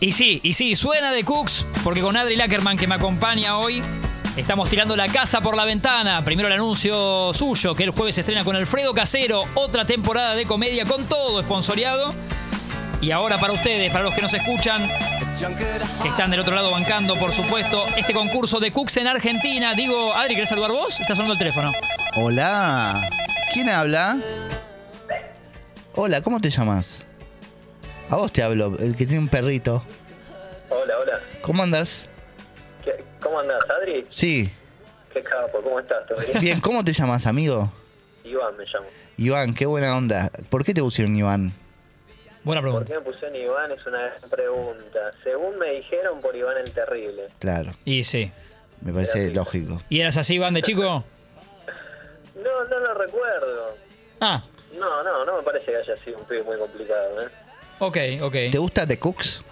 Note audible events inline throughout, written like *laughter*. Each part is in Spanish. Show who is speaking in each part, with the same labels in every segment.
Speaker 1: Y sí, y sí, suena de Cooks, porque con Adri Lackerman que me acompaña hoy, estamos tirando la casa por la ventana. Primero el anuncio suyo, que el jueves se estrena con Alfredo Casero, otra temporada de comedia con todo esponsoreado. Y ahora para ustedes, para los que nos escuchan, que están del otro lado bancando, por supuesto, este concurso de Cooks en Argentina. Digo, Adri, ¿querés saludar vos? Está sonando el teléfono.
Speaker 2: Hola, ¿quién habla? Hola, ¿cómo te llamas? A vos te hablo, el que tiene un perrito.
Speaker 3: Hola, hola.
Speaker 2: ¿Cómo andas?
Speaker 3: ¿Qué- ¿Cómo andás, Adri?
Speaker 2: Sí.
Speaker 3: Qué capo, ¿cómo estás? ¿Todo bien?
Speaker 2: Bien, ¿cómo te llamas, amigo?
Speaker 3: Iván me llamo.
Speaker 2: Iván, qué buena onda. ¿Por qué te pusieron Iván?
Speaker 1: Buena
Speaker 3: ¿Por
Speaker 1: pregunta.
Speaker 3: qué me pusieron Iván? Es una gran pregunta. Según me dijeron, por Iván el Terrible.
Speaker 2: Claro,
Speaker 1: Y sí.
Speaker 2: me parece lógico.
Speaker 1: ¿Y eras así, Iván, de chico?
Speaker 3: No, no lo recuerdo.
Speaker 1: Ah,
Speaker 3: No, no, no me parece que haya sido un pibe muy complicado, ¿eh?
Speaker 1: ok, ok.
Speaker 2: ¿Te gusta The Cooks?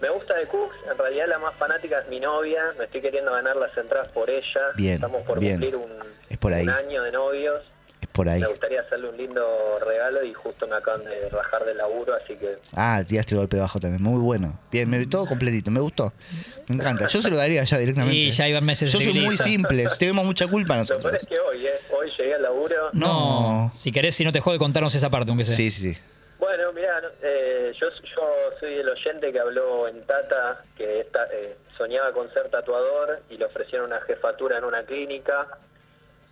Speaker 3: Me gusta de Cooks, en realidad la más fanática es mi novia, me estoy queriendo ganar las entradas por ella.
Speaker 2: Bien,
Speaker 3: Estamos por
Speaker 2: bien.
Speaker 3: cumplir un,
Speaker 2: Es por ahí.
Speaker 3: un año de novios.
Speaker 2: Es por ahí.
Speaker 3: Me gustaría hacerle un lindo regalo y justo me acaban de rajar del laburo, así que
Speaker 2: Ah, tiraste el golpe bajo también. Muy bueno. Bien, me, todo completito. Me gustó. Me encanta. Yo se lo daría ya directamente.
Speaker 1: Y ya Iván me
Speaker 2: Yo soy muy
Speaker 1: sensibiliza.
Speaker 2: simple. Tenemos mucha culpa
Speaker 3: Lo peor
Speaker 2: nosotros.
Speaker 3: es que hoy, ¿eh? Hoy llegué al laburo.
Speaker 1: No.
Speaker 2: No.
Speaker 1: Si querés, si no te jode, contarnos esa parte, aunque sea.
Speaker 2: Sí, sí, sí.
Speaker 3: Bueno, mirá, no, eh, yo, yo soy el oyente que habló en Tata, que esta- eh, soñaba con ser tatuador y le ofrecieron una jefatura en una clínica,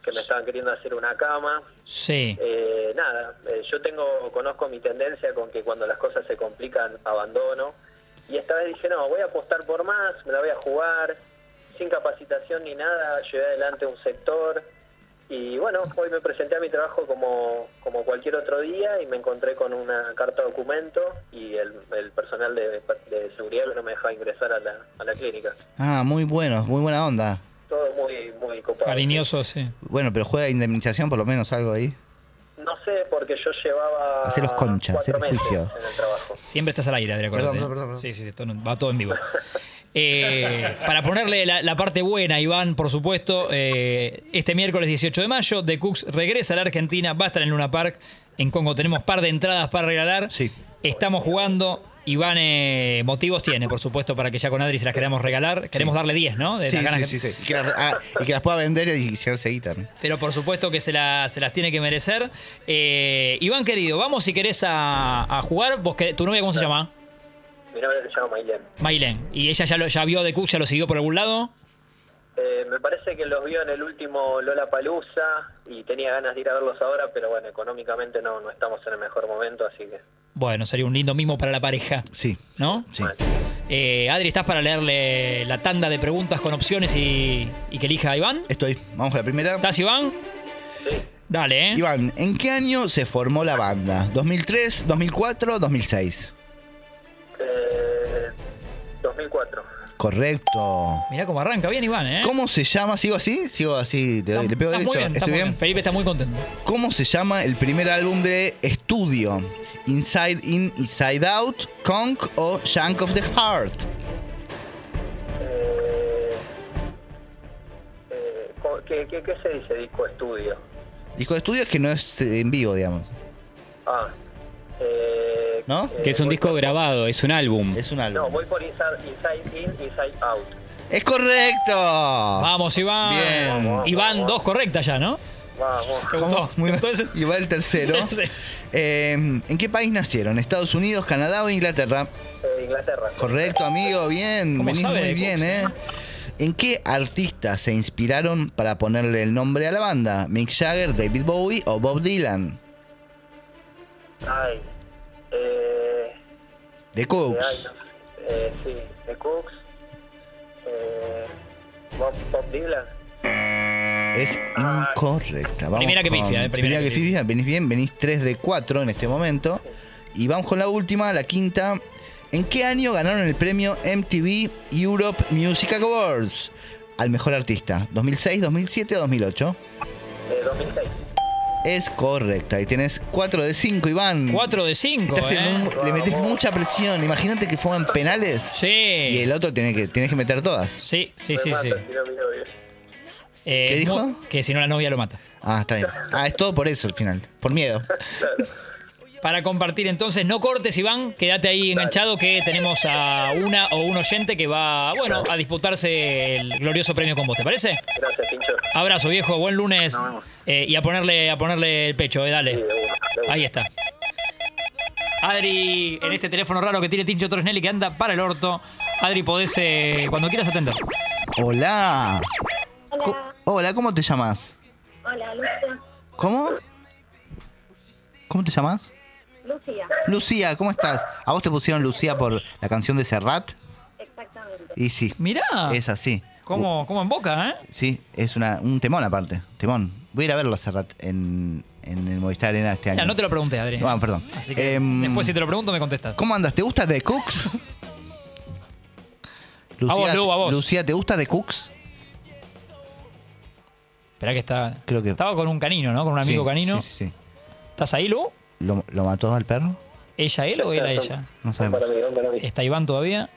Speaker 3: que me estaban queriendo hacer una cama.
Speaker 1: Sí.
Speaker 3: Eh, nada, eh, yo tengo conozco mi tendencia con que cuando las cosas se complican, abandono. Y esta vez dije, no, voy a apostar por más, me la voy a jugar. Sin capacitación ni nada, llevé adelante un sector. Y bueno, hoy me presenté a mi trabajo como, como cualquier otro día y me encontré con una carta documento y el, el personal de, de seguridad que no me dejaba ingresar a la, a la clínica.
Speaker 2: Ah, muy bueno. Muy buena onda.
Speaker 3: Todo muy, muy copado.
Speaker 1: Cariñoso, sí.
Speaker 2: Bueno, pero juega indemnización por lo menos algo ahí.
Speaker 3: No sé, porque yo llevaba
Speaker 2: Hacelos concha,
Speaker 3: cuatro
Speaker 2: hacelos
Speaker 3: meses
Speaker 2: juicio.
Speaker 3: en el trabajo.
Speaker 1: Siempre estás al aire, Adrián.
Speaker 2: Perdón,
Speaker 1: acordate, ¿eh?
Speaker 2: perdón, perdón.
Speaker 1: Sí, sí, sí, todo- va todo en vivo. Eh, para ponerle la, la parte buena, Iván, por supuesto, eh, este miércoles 18 de mayo, The Cooks regresa a la Argentina, va a estar en Luna Park. En Congo tenemos par de entradas para regalar.
Speaker 2: Sí.
Speaker 1: Estamos jugando. Iván, eh, motivos tiene, por supuesto, para que ya con Adri se las queramos regalar. Queremos darle 10, ¿no? De las ganas que-
Speaker 2: Y que, las, ah, y que las pueda vender y llevarse guita. ¿no?
Speaker 1: Pero por supuesto que se, la- se las tiene que merecer. Eh, Iván querido, vamos si querés a, a jugar. Vos querés- ¿Tu novia cómo se llama?
Speaker 3: Mi nombre se llama Mailén.
Speaker 1: Mailén. ¿Y ella ya, lo, ya vio de Cook, ya lo siguió por algún lado?
Speaker 3: Eh, me parece que los vio en el último Lola Palusa y tenía ganas de ir a verlos ahora, pero bueno, económicamente no, no estamos en el mejor momento, así que.
Speaker 1: Bueno, sería un lindo mimo para la pareja,
Speaker 2: Sí,
Speaker 1: ¿no?
Speaker 2: sí.
Speaker 3: mal.
Speaker 1: Eh, Adri, ¿estás para leerle la tanda de preguntas con opciones y, y que elija a Iván?
Speaker 2: Estoy. Vamos a la primera.
Speaker 1: ¿Estás, Iván?
Speaker 3: Sí.
Speaker 1: Dale, ¿eh?
Speaker 2: Iván, ¿en qué año se formó la banda? ¿2003, 2004, 2006?
Speaker 3: Eh, 2004.
Speaker 2: Correcto.
Speaker 1: Mirá cómo arranca bien Iván, ¿eh?
Speaker 2: ¿Cómo se llama? ¿Sigo así? ¿Sigo así? ¿Te doy- ¿Le pego
Speaker 1: Estás muy
Speaker 2: derecho?
Speaker 1: bien, estás
Speaker 2: ¿Estoy
Speaker 1: muy
Speaker 2: bien?
Speaker 1: bien. Felipe está muy contento.
Speaker 2: ¿Cómo se llama el primer álbum de estudio? ¿Inside In, Inside Out, Conk o Shank of the Heart?
Speaker 3: Eh, eh, co- ¿qué, qué, qué se dice disco estudio?
Speaker 2: Disco de estudio es que no es eh, en vivo, digamos.
Speaker 3: Ah. eh,
Speaker 2: ¿No?
Speaker 3: eh,
Speaker 4: Que es un
Speaker 3: voy
Speaker 4: disco
Speaker 3: por-
Speaker 4: grabado, es un álbum.
Speaker 2: Es un
Speaker 3: No,
Speaker 2: álbum.
Speaker 3: voy por Inside, Inside In, Inside Out.
Speaker 2: ¡Es correcto!
Speaker 1: Vamos, Iván.
Speaker 2: Ah.
Speaker 4: Em,
Speaker 2: Bien.
Speaker 1: Iván, dos correctas ya, ¿no?
Speaker 3: Vamos.
Speaker 1: ¿Te
Speaker 2: ¿Cómo?
Speaker 1: gustó?
Speaker 2: Muy
Speaker 1: ¿Te
Speaker 2: bien.
Speaker 1: gustó ese?
Speaker 2: Y va el tercero.
Speaker 1: *laughs* Sí.
Speaker 2: Eh, ¿En qué país nacieron? ¿Estados Unidos, Canadá o Inglaterra?
Speaker 3: Eh, Inglaterra.
Speaker 2: Correcto, amigo, bien.
Speaker 1: ¿Cómo
Speaker 2: Venís
Speaker 1: sabe de
Speaker 2: muy bien, ¿eh? ¿En qué artistas se inspiraron para ponerle el nombre a la banda? ¿Mick Jagger, David Bowie o Bob Dylan?
Speaker 3: Ay. Eh.
Speaker 2: The
Speaker 3: Eh,
Speaker 2: Cooks.
Speaker 3: ay, no. Eh, sí, The Cooks. Eh, Bob, Bob Dylan.
Speaker 2: Es incorrecta. Vamos
Speaker 1: Primera que
Speaker 2: con-
Speaker 1: pifia, eh, primera
Speaker 2: Primera
Speaker 1: que
Speaker 2: que pifia. Venís bien, venís 3 de 4 en este momento. Y vamos con la última, la quinta. ¿En qué año ganaron el premio MTV Europe Music Awards al mejor artista? ¿2006, 2007 o 2008?
Speaker 3: Eh, 2006.
Speaker 2: Es correcta. Y tenés 4 de 5, Iván.
Speaker 1: 4 de eh. 5,
Speaker 2: Estás en un- le metes mucha presión. Imagínate que fueran penales. Y
Speaker 1: Sí.
Speaker 2: el otro tiene que, tenés que meter todas.
Speaker 1: Sí, sí,
Speaker 3: Me
Speaker 1: sí,
Speaker 3: mata
Speaker 1: sí.
Speaker 3: si no, mi novio.
Speaker 1: Eh,
Speaker 2: ¿Qué dijo?
Speaker 1: mu- Que si no la novia lo mata.
Speaker 2: Ah, está bien. Ah, es todo por eso al final. Por miedo.
Speaker 1: para compartir. Entonces, no cortes, Iván, quédate ahí enganchado que tenemos a una o un oyente que va, bueno, a disputarse el glorioso premio con vos, ¿te parece?
Speaker 3: Gracias, Pincho.
Speaker 1: Abrazo, viejo, buen lunes.
Speaker 3: Nos vemos.
Speaker 1: Eh, y a ponerle, a ponerle el pecho, eh,
Speaker 3: Sí, de
Speaker 1: dale.
Speaker 3: una, de una.
Speaker 1: Ahí está. Adri, en este teléfono raro que tiene Tincho Torresnelli que anda para el orto. Adri, podés, eh, cuando quieras atender.
Speaker 2: Hola.
Speaker 4: Hola,
Speaker 2: Co- Hola, ¿cómo te llamas?
Speaker 4: hola, Lucía.
Speaker 2: ¿Cómo? ¿Cómo te llamas?
Speaker 4: Lucía,
Speaker 2: Lucía, ¿cómo estás? ¿A vos te pusieron Lucía por la canción de Serrat?
Speaker 4: exactamente.
Speaker 2: Y sí,
Speaker 1: Mirá.
Speaker 2: es así.
Speaker 1: Ah. ¿Cómo, cómo en boca, eh?
Speaker 2: Sí, es una, un temón aparte. Temón. Voy a ir a verlo a Serrat en, en el Movistar Arena este año.
Speaker 1: Mira, no te lo pregunté, Adri.
Speaker 2: Ah, perdón.
Speaker 1: Así que
Speaker 2: Em,
Speaker 1: después si te lo pregunto me contestas.
Speaker 2: ¿Cómo andas? ¿Te gusta The Cooks?
Speaker 1: A vos, Lu, a vos.
Speaker 2: Lucía, ¿te gusta The Cooks?
Speaker 1: Esperá que está.
Speaker 2: Creo que-
Speaker 1: Estaba con un canino, ¿no? Con un amigo
Speaker 2: Sí,
Speaker 1: canino.
Speaker 2: Sí, sí, sí.
Speaker 1: ¿Estás ahí, Lu?
Speaker 2: ¿Lo, lo mató al perro?
Speaker 1: ¿Ella él o era ella?
Speaker 2: No sabemos.
Speaker 3: Para mí, van para mí.
Speaker 1: ¿Está Iván todavía?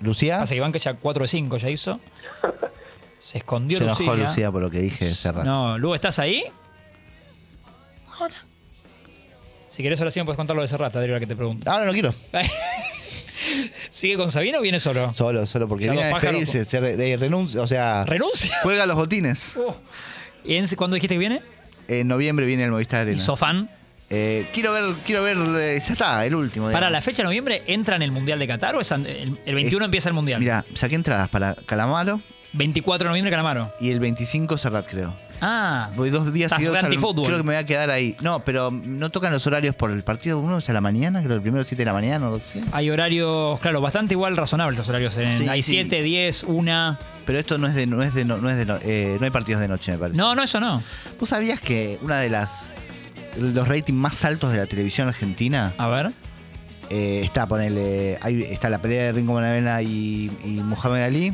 Speaker 2: ¿Lucía?
Speaker 1: Pasa que Iván que ya 4 de 5 ya hizo. Se
Speaker 2: Se
Speaker 1: escondió
Speaker 2: enojó
Speaker 1: Lucía.
Speaker 2: Lucía por lo que dije de Serrat.
Speaker 1: No, Lu, ¿estás ahí? Hola. Si querés ahora sí me puedes contar lo de Serrat, Adri, ahora que te pregunto.
Speaker 2: Ahora Ah, no quiero.
Speaker 1: ¿Sigue con Sabino o viene solo?
Speaker 2: Solo, solo porque
Speaker 1: Ya
Speaker 2: viene a
Speaker 1: los pájaros-
Speaker 2: despedirse. Se re- eh, renuncia, o sea,
Speaker 1: ¿Renuncia?
Speaker 2: cuelga los botines.
Speaker 1: Uh. ¿Y en- cuándo dijiste que viene?
Speaker 2: En noviembre viene el Movistar Arena.
Speaker 1: ¿Y Sofán?
Speaker 2: Eh, quiero ver, quiero ver, eh, ya está, el último.
Speaker 1: ¿Para la fecha de noviembre entra en el Mundial de Qatar o es an- el, el 21 empieza el Mundial?
Speaker 2: Mira, saqué entradas para Calamaro
Speaker 1: 24 de noviembre, Calamaro.
Speaker 2: y el 25 Serrat, creo.
Speaker 1: Ah,
Speaker 2: Voy dos días
Speaker 1: Estás
Speaker 2: seguidos.
Speaker 1: re
Speaker 2: al-
Speaker 1: antifútbol.
Speaker 2: Creo que me voy a quedar ahí. No, pero no tocan los horarios por el partido. Uno es a la mañana, creo que el primero es 7 de la mañana, no lo sé.
Speaker 1: hay horarios, claro, bastante igual razonables los horarios. en-
Speaker 2: Sí,
Speaker 1: hay
Speaker 2: sí.
Speaker 1: 7, 10, 1.
Speaker 2: Pero esto no es de, no es de, no, no es de, no, eh, no hay partidos de noche, me parece.
Speaker 1: No, no, eso no.
Speaker 2: ¿Vos sabías que una de las los ratings más altos de la televisión argentina
Speaker 1: A ver.
Speaker 2: eh, está ponele ahí está la pelea de Ringo Bonavena y, y Muhammad Ali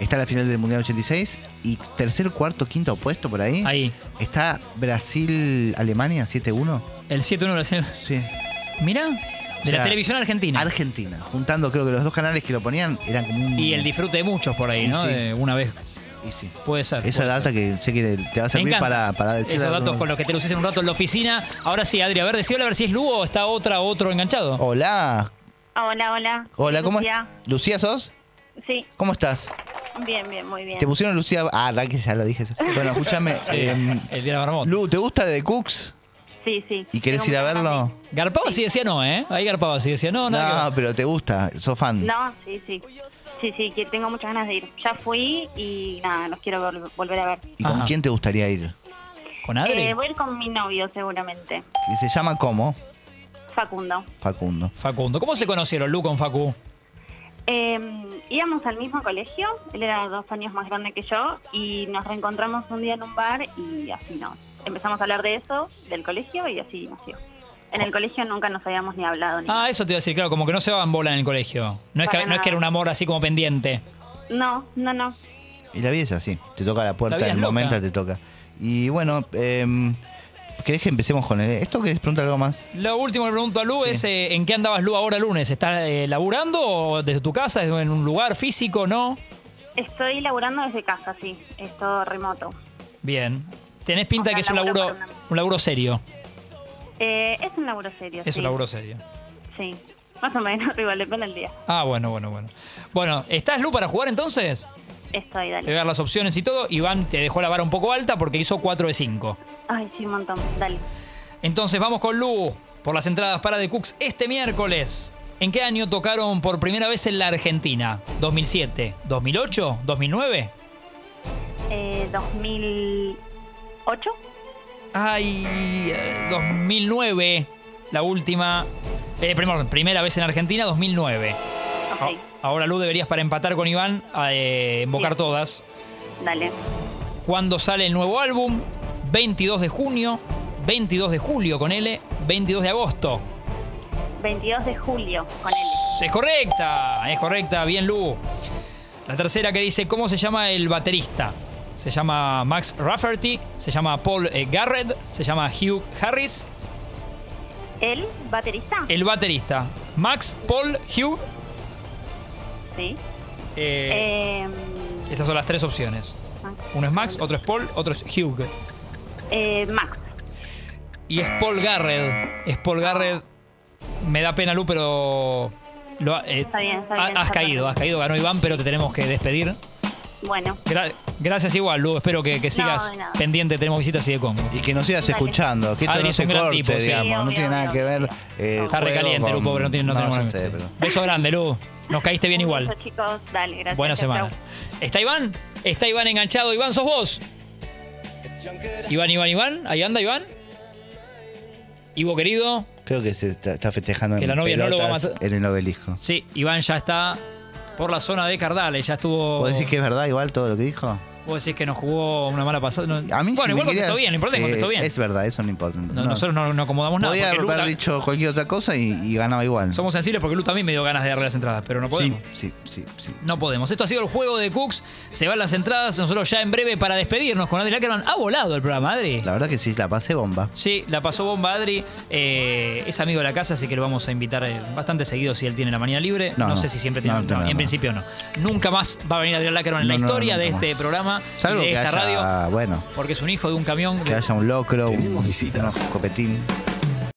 Speaker 2: está la final del mundial 86 y tercer cuarto quinto puesto por ahí,
Speaker 1: Ahí.
Speaker 2: está Brasil Alemania 7-1
Speaker 1: El 7-1 Brasil.
Speaker 2: sí
Speaker 1: Mirá, de
Speaker 2: O sea,
Speaker 1: la televisión argentina.
Speaker 2: Argentina juntando creo que los dos canales que lo ponían eran como un
Speaker 1: y el disfrute de muchos por ahí,
Speaker 2: Y
Speaker 1: ¿no?
Speaker 2: sí.
Speaker 1: De una vez.
Speaker 2: y sí.
Speaker 1: Puede ser.
Speaker 2: esa
Speaker 1: puede
Speaker 2: data
Speaker 1: ser.
Speaker 2: que sé que te va a
Speaker 1: Me
Speaker 2: servir
Speaker 1: encanta.
Speaker 2: para, para decir
Speaker 1: Esos datos
Speaker 2: algo.
Speaker 1: con los que te lucís en un rato en la oficina. Ahora sí, Adri, a ver, decíble a ver si es Lu o está otra, otro enganchado.
Speaker 2: Oh, hola
Speaker 4: Hola, hola.
Speaker 2: hola cómo es-
Speaker 4: Lucía.
Speaker 2: Lucía sos
Speaker 4: Sí,
Speaker 2: cómo estás
Speaker 4: bien, bien, muy bien.
Speaker 2: te pusieron Lucía ah la que ya lo dije
Speaker 4: *laughs*
Speaker 2: bueno escúchame em,
Speaker 1: Eh, el día de la marmota.
Speaker 2: Lu te gusta The Cooks
Speaker 4: Sí, sí.
Speaker 2: ¿Y querés
Speaker 4: Tengo
Speaker 2: ir a
Speaker 4: muchas
Speaker 2: verlo?
Speaker 4: ganas
Speaker 1: Garpaba sí decía no, ¿eh? Ahí Garpaba sí decía no, nada. que ver.
Speaker 2: No, pero te gusta, sos fan.
Speaker 4: de- No, sí, sí. Sí, sí, que tengo muchas ganas de ir. Ya fui y nada, los quiero vol- volver a ver.
Speaker 2: ¿Y con
Speaker 1: Ajá.
Speaker 2: quién te gustaría ir?
Speaker 1: Con Adri.
Speaker 4: Eh, voy a ir con mi novio seguramente,
Speaker 2: Que se llama ¿Cómo?
Speaker 4: Facundo.
Speaker 2: Facundo.
Speaker 1: Facundo. ¿Cómo se conocieron Lu con Facu?
Speaker 4: Eh, íbamos al mismo colegio, él era dos años más grande que yo y nos reencontramos un día en un bar y así nos empezamos a hablar de eso, del colegio y así nació. En el colegio nunca nos habíamos ni hablado. Ni
Speaker 1: Ah, eso te iba a decir, claro, como que no se daban bola en el colegio. No es, que,
Speaker 4: Para
Speaker 1: no es que era
Speaker 4: nada.
Speaker 1: un amor así como pendiente.
Speaker 4: No, no, no.
Speaker 2: Y la vida es así, te toca la puerta,
Speaker 1: La vida
Speaker 2: en el
Speaker 1: es loca.
Speaker 2: momento te toca. Y bueno, em, ¿querés que empecemos con el... ¿Esto querés preguntar algo más?
Speaker 1: Lo último que pregunto a Lu
Speaker 2: Sí.
Speaker 1: es eh, ¿en qué andabas Lu ahora lunes? ¿Estás eh, laburando o desde tu casa, desde en un lugar físico, no?
Speaker 4: Estoy laburando desde casa, sí. Es todo remoto.
Speaker 1: Bien. Tenés pinta
Speaker 4: O sea,
Speaker 1: que es un
Speaker 4: laburo
Speaker 1: laburo,
Speaker 4: para una-
Speaker 1: un laburo serio.
Speaker 4: Eh, es un laburo serio.
Speaker 1: Es
Speaker 4: sí.
Speaker 1: un laburo serio.
Speaker 4: Sí. Más o menos, *laughs* igual, depende del día.
Speaker 1: Ah, bueno, bueno, bueno. Bueno, ¿estás Lu para jugar entonces? Te
Speaker 4: Estoy,
Speaker 1: voy
Speaker 4: dale.
Speaker 1: a dar las opciones y todo. Iván te dejó la vara un poco alta porque hizo 4 de 5.
Speaker 4: Ay, sí, un montón. Dale.
Speaker 1: Entonces vamos con Lu por las entradas para The Cooks este miércoles. ¿En qué año tocaron por primera vez en la Argentina? ¿2007, 2008, 2009?
Speaker 4: Eh, 2008.
Speaker 1: Ay, eh, 2009, la última. Eh, primero, primera vez en Argentina, 2009.
Speaker 4: Ok,
Speaker 1: A- Ahora Lu deberías para empatar con Iván eh, invocar
Speaker 4: Sí.
Speaker 1: todas.
Speaker 4: dale.
Speaker 1: ¿Cuándo sale el nuevo álbum? 22 de junio, 22 de julio con L, 22 de agosto.
Speaker 4: 22 de julio con él.
Speaker 1: Es correcta, es correcta, bien Lu. La tercera que dice, ¿cómo se llama el baterista? Se llama Max Rafferty, se llama Paul eh, Garrett, se llama Hugh Harris.
Speaker 4: ¿El baterista?
Speaker 1: El baterista, Max, Paul, Hugh.
Speaker 4: Sí.
Speaker 1: eh,
Speaker 4: Eh,
Speaker 1: Esas son las tres opciones. Uno es Max, otro es Paul, otro es Hugh.
Speaker 4: eh, Max.
Speaker 1: y es Paul Garrett. Es Paul Garrett. Me da pena, Lu, pero. lo ha- eh,
Speaker 4: Está bien, está
Speaker 1: ha-
Speaker 4: bien,
Speaker 1: has
Speaker 4: está
Speaker 1: caído,
Speaker 4: perfecto.
Speaker 1: has caído, ganó Iván, pero te tenemos que despedir.
Speaker 4: Bueno,
Speaker 1: Gra- gracias igual, Lu. Espero que, que sigas
Speaker 4: de nada.
Speaker 1: pendiente. Tenemos visitas y de Congo.
Speaker 2: Y que nos sigas
Speaker 4: Dale.
Speaker 2: escuchando, que esto
Speaker 1: Adri
Speaker 2: no
Speaker 1: Ah, es
Speaker 2: se
Speaker 1: un gran
Speaker 2: corte,
Speaker 1: tipo, sí.
Speaker 2: digamos,
Speaker 4: Sí,
Speaker 2: no
Speaker 4: obvio,
Speaker 2: tiene nada
Speaker 4: obvio,
Speaker 2: que ver.
Speaker 4: obvio.
Speaker 2: eh,
Speaker 1: Está
Speaker 2: juego
Speaker 1: recaliente,
Speaker 2: con-
Speaker 1: Lu, pobre. No, tiene, no tenemos
Speaker 2: ya
Speaker 1: nada.
Speaker 2: sé, pero-
Speaker 1: Beso grande, Lu. Nos caíste bien igual.
Speaker 4: beso, chicos, dale, gracias.
Speaker 1: Buena
Speaker 4: chau,
Speaker 1: semana.
Speaker 4: chau.
Speaker 1: ¿Está Iván? ¿Está Iván enganchado? Iván, sos vos. Iván, Iván, Iván. Ahí anda, Iván. Ivo querido.
Speaker 2: Creo que se está, está festejando
Speaker 1: Que
Speaker 2: en
Speaker 1: la novia no lo va a
Speaker 2: pelotas
Speaker 1: matar.
Speaker 2: en el obelisco.
Speaker 1: Sí, Iván ya está por la zona de Cardales. Ya estuvo.
Speaker 2: ¿Vos decís que es verdad igual todo lo que dijo?
Speaker 1: Vos decís que nos jugó una mala pasada. No-
Speaker 2: A mí
Speaker 1: bueno,
Speaker 2: si me
Speaker 1: igual
Speaker 2: quería-
Speaker 1: contestó bien, lo importante es que
Speaker 2: Sí,
Speaker 1: contestó bien.
Speaker 2: Es verdad, eso no importa.
Speaker 1: No, Nosotros no, no acomodamos nada.
Speaker 2: Podía
Speaker 1: porque
Speaker 2: haber
Speaker 1: Lu ta-
Speaker 2: dicho cualquier otra cosa y, y ganaba igual.
Speaker 1: Somos sensibles porque Lu también me dio ganas de darle las entradas, pero no podemos.
Speaker 2: Sí, sí, sí. sí.
Speaker 1: No podemos. Esto ha sido el juego de Cooks. Se van las entradas. Nosotros ya en breve para despedirnos con Adri Ackerman. Ha volado el programa, Adri.
Speaker 2: La verdad que sí, la pasé bomba.
Speaker 1: Sí, la pasó bomba Adri. Eh, es amigo de la casa, así que lo vamos a invitar eh, bastante seguido si él tiene la mañana libre. No,
Speaker 2: No, no.
Speaker 1: sé si siempre tiene.
Speaker 2: No,
Speaker 1: no,
Speaker 2: no,
Speaker 1: en
Speaker 2: no.
Speaker 1: principio no. Nunca más va a venir Adrián Lackerman en
Speaker 2: No,
Speaker 1: la
Speaker 2: no,
Speaker 1: historia de
Speaker 2: nunca
Speaker 1: este
Speaker 2: más.
Speaker 1: programa, y
Speaker 2: Salvo
Speaker 1: de
Speaker 2: que
Speaker 1: esta
Speaker 2: haya,
Speaker 1: radio,
Speaker 2: bueno,
Speaker 1: porque es un hijo de un camión.
Speaker 2: que haya un locro, un,
Speaker 5: Tenemos visitas.
Speaker 2: un copetín.